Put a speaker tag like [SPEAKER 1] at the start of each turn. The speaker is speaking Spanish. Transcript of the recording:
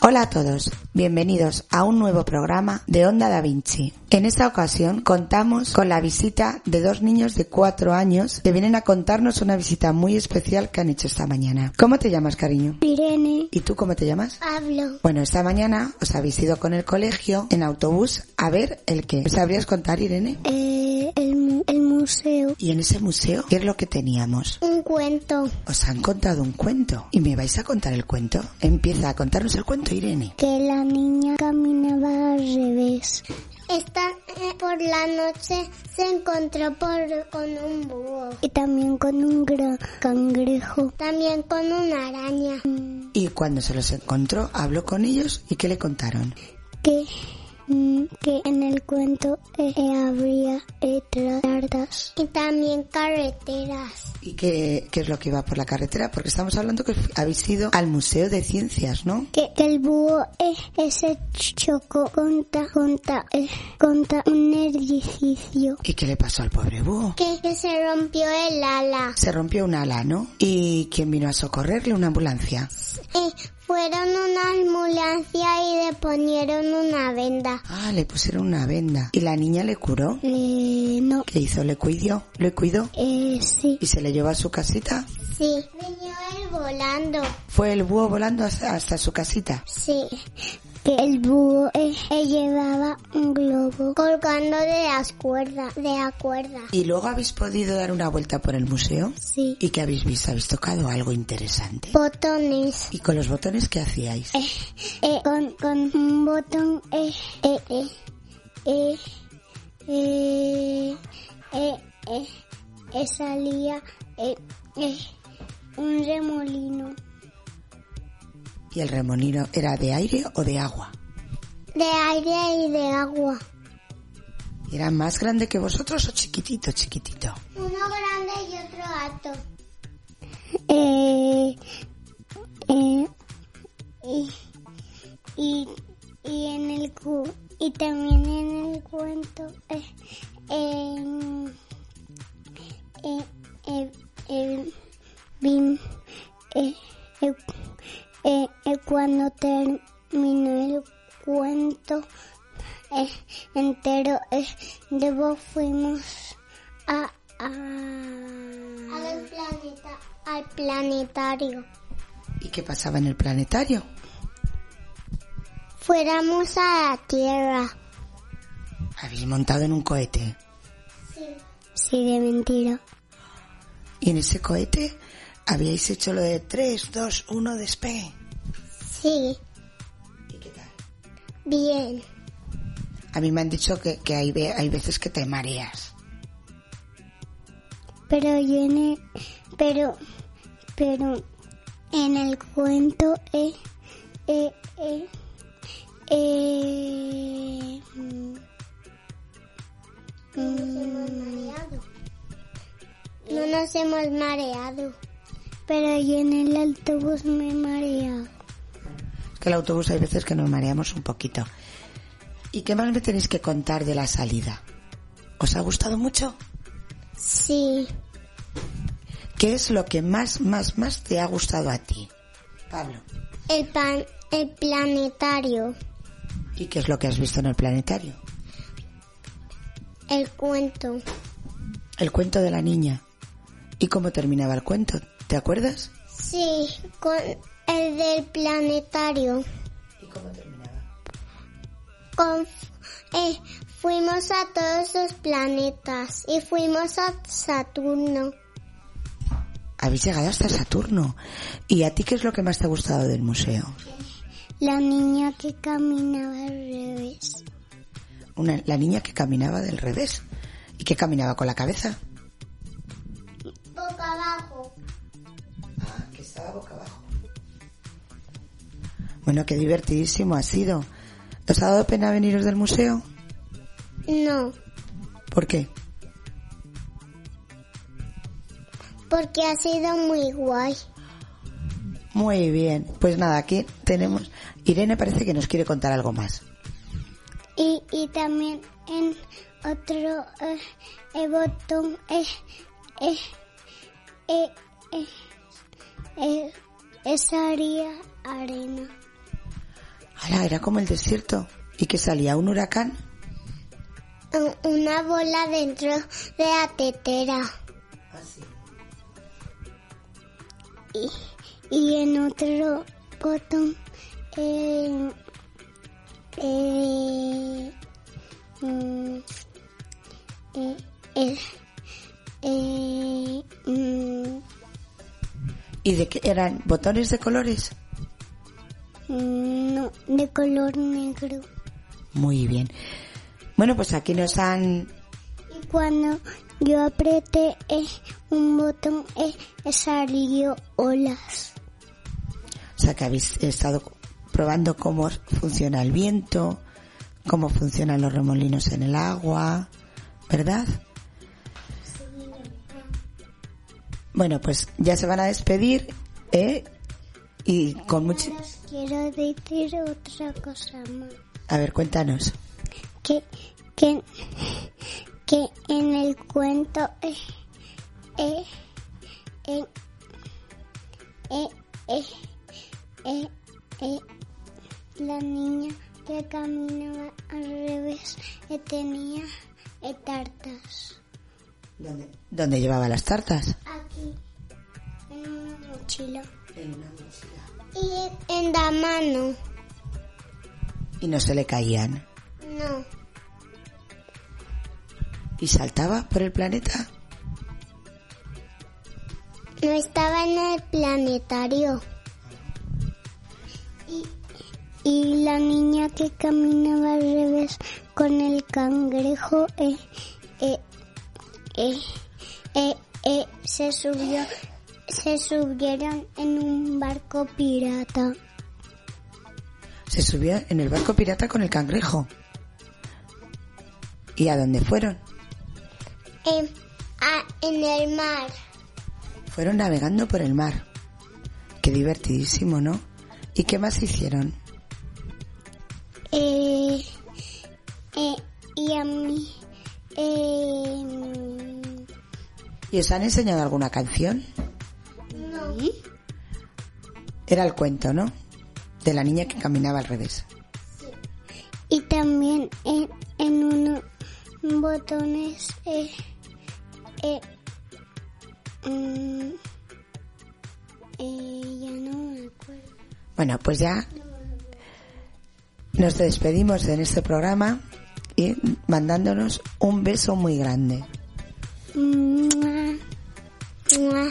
[SPEAKER 1] Hola a todos, bienvenidos a un nuevo programa de Onda Da Vinci. En esta ocasión contamos con la visita de dos niños de cuatro años que vienen a contarnos una visita muy especial que han hecho esta mañana. ¿Cómo te llamas, cariño?
[SPEAKER 2] Irene,
[SPEAKER 1] ¿Y tú cómo te llamas?
[SPEAKER 2] Pablo,
[SPEAKER 1] Bueno, esta mañana os habéis ido con el colegio en autobús a ver el qué. ¿Sabrías contar, Irene?
[SPEAKER 2] eh, el, mu- el museo,
[SPEAKER 1] ¿Y en ese museo qué es lo que teníamos?
[SPEAKER 2] un cuento
[SPEAKER 1] Os han contado un cuento. ¿Y me vais a contar el cuento? Empieza a contarnos el cuento, Irene.
[SPEAKER 2] que la niña caminaba al revés. Esta eh, por la noche se encontró por- con un búho y también con un gran cangrejo, también con una araña mm,
[SPEAKER 1] Y cuando se los encontró, habló con ellos y ¿qué le contaron?
[SPEAKER 2] que mm, que en el cuento eh, eh, habría eh, tra- tartas y también carreteras.
[SPEAKER 1] ¿Y qué, qué es lo que iba por la carretera? Porque estamos hablando que habéis ido al Museo de Ciencias, ¿no?
[SPEAKER 2] que, que el búho eh, ese ch- chocó contra, contra, eh, contra un ejercicio.
[SPEAKER 1] ¿Y qué le pasó al pobre búho?
[SPEAKER 2] Que, que se rompió el ala.
[SPEAKER 1] Se rompió un ala, ¿no? ¿Y quién vino a socorrerle? Una ambulancia.
[SPEAKER 2] Eh, fueron una ambulancia y le ponieron una venda.
[SPEAKER 1] Ah, le pusieron una venda. ¿Y la niña le curó?
[SPEAKER 2] Eh, no.
[SPEAKER 1] ¿Qué hizo? ¿Le cuidó? ¿Le cuidó?
[SPEAKER 2] Eh, sí.
[SPEAKER 1] ¿Y se le llevó a su casita?
[SPEAKER 2] Sí. Vino él volando.
[SPEAKER 1] ¿Fue el búho volando hasta, hasta su casita?
[SPEAKER 2] Sí. Que el búho eh, eh, llevaba un globo colgando de las cuerdas, de la cuerda.
[SPEAKER 1] ¿Y luego habéis podido dar una vuelta por el museo?
[SPEAKER 2] Sí.
[SPEAKER 1] ¿Y qué habéis visto? ¿Habéis tocado algo interesante?
[SPEAKER 2] Botones.
[SPEAKER 1] ¿Y con los botones qué hacíais?
[SPEAKER 2] Eh, eh, con, con un botón eh, eh, eh, eh, eh, eh, eh, eh, salía eh, eh, un remolino
[SPEAKER 1] ¿Y el remolino era de aire o de agua?
[SPEAKER 2] de aire y de agua.
[SPEAKER 1] ¿Era más grande que vosotros o chiquitito, chiquitito?
[SPEAKER 2] Uno grande y otro alto. Eh, eh, y, y, y en el cu- y también en el cuento eh, em, eh, eh, eh, vin- eh, eh, eh, eh, cuando terminó el cuento eh, entero eh, luego fuimos a, a- al planetario.
[SPEAKER 1] ¿Y qué pasaba en el planetario?
[SPEAKER 2] Fuéramos a la Tierra.
[SPEAKER 1] Habéis montado en un cohete.
[SPEAKER 2] Sí, de mentira.
[SPEAKER 1] ¿Y en ese cohete habíais hecho lo de 3, 2, 1, despegue?
[SPEAKER 2] Sí,
[SPEAKER 1] ¿Y qué tal?
[SPEAKER 2] bien.
[SPEAKER 1] A mí me han dicho que, que hay, ve- hay veces que te mareas.
[SPEAKER 2] Pero yo en el, pero, pero en el cuento eh, eh, eh, eh, mm, mm, no nos hemos mareado. Pero yo en el autobús me he mareado.
[SPEAKER 1] Es que el autobús hay veces que nos mareamos un poquito. ¿Y qué más me tenéis que contar de la salida? ¿Os ha gustado mucho?
[SPEAKER 2] Sí,
[SPEAKER 1] ¿Qué es lo que más, más, más te ha gustado a ti? Pablo.
[SPEAKER 2] el pan, el planetario,
[SPEAKER 1] ¿Y qué es lo que has visto en el planetario?
[SPEAKER 2] el cuento.
[SPEAKER 1] El cuento de la niña. ¿Y cómo terminaba el cuento? ¿Te acuerdas?
[SPEAKER 2] Sí, con el del planetario.
[SPEAKER 1] ¿Y cómo terminaba?
[SPEAKER 2] Con, eh, fuimos a todos los planetas y fuimos a Saturno.
[SPEAKER 1] Habéis llegado hasta Saturno. ¿Y a ti qué es lo que más te ha gustado del museo?
[SPEAKER 2] La niña que caminaba al revés.
[SPEAKER 1] Una, la niña que caminaba del revés y que caminaba con la cabeza.
[SPEAKER 2] Boca abajo.
[SPEAKER 1] que estaba boca abajo. Bueno, qué divertidísimo ha sido. ¿Os ha dado pena veniros del museo?
[SPEAKER 2] No,
[SPEAKER 1] ¿Por qué?
[SPEAKER 2] porque ha sido muy guay.
[SPEAKER 1] Muy bien. Pues nada, aquí tenemos... Irene parece que nos quiere contar algo más.
[SPEAKER 2] Y, y también en otro eh, eh, botón eh, eh, eh, eh, eh, esa haría arena.
[SPEAKER 1] Ala, era como el desierto. ¿Y que salía? ¿Un huracán?
[SPEAKER 2] Una bola dentro de la tetera. Y, y en otro botón eh, eh, mm, eh, eh, eh, mm,
[SPEAKER 1] ¿Y de qué eran? ¿Botones de colores?
[SPEAKER 2] no, de color negro.
[SPEAKER 1] Muy bien. Bueno, pues aquí nos han...
[SPEAKER 2] Y cuando yo apreté eh, un botón eh, salió olas.
[SPEAKER 1] O sea, que habéis estado probando cómo funciona el viento, cómo funcionan los remolinos en el agua, ¿verdad? Bueno, pues ya se van a despedir, ¿eh? Y con mucho...
[SPEAKER 2] Les quiero decir otra cosa más.
[SPEAKER 1] A ver, cuéntanos.
[SPEAKER 2] Que, que, que en el cuento eh, eh, eh, eh, eh, eh, eh, la niña que caminaba al revés eh, tenía eh, tartas.
[SPEAKER 1] ¿Dónde, dónde llevaba las tartas?
[SPEAKER 2] Aquí, en una mochila. Y en la mano.
[SPEAKER 1] Y no se le caían.
[SPEAKER 2] No,
[SPEAKER 1] ¿Y saltaba por el planeta?
[SPEAKER 2] no estaba en el planetario. Y, y la niña que caminaba al revés con el cangrejo eh, eh, eh, eh, eh, se subió, se subieron en un barco pirata.
[SPEAKER 1] Se subió en el barco pirata con el cangrejo. ¿Y a dónde fueron?
[SPEAKER 2] Eh, ah, en el mar.
[SPEAKER 1] Fueron navegando por el mar. Qué divertidísimo, ¿no? ¿Y qué más hicieron?
[SPEAKER 2] Eh, eh, y a mí. Eh, mm,
[SPEAKER 1] ¿Y os han enseñado alguna canción?
[SPEAKER 2] no.
[SPEAKER 1] Era el cuento, ¿no? De la niña que caminaba al revés.
[SPEAKER 2] Y también en, en unos botones. Eh, eh, mm, eh, ya no me acuerdo.
[SPEAKER 1] Bueno, pues ya nos despedimos en este programa y mandándonos un beso muy grande.
[SPEAKER 2] Mua, mua.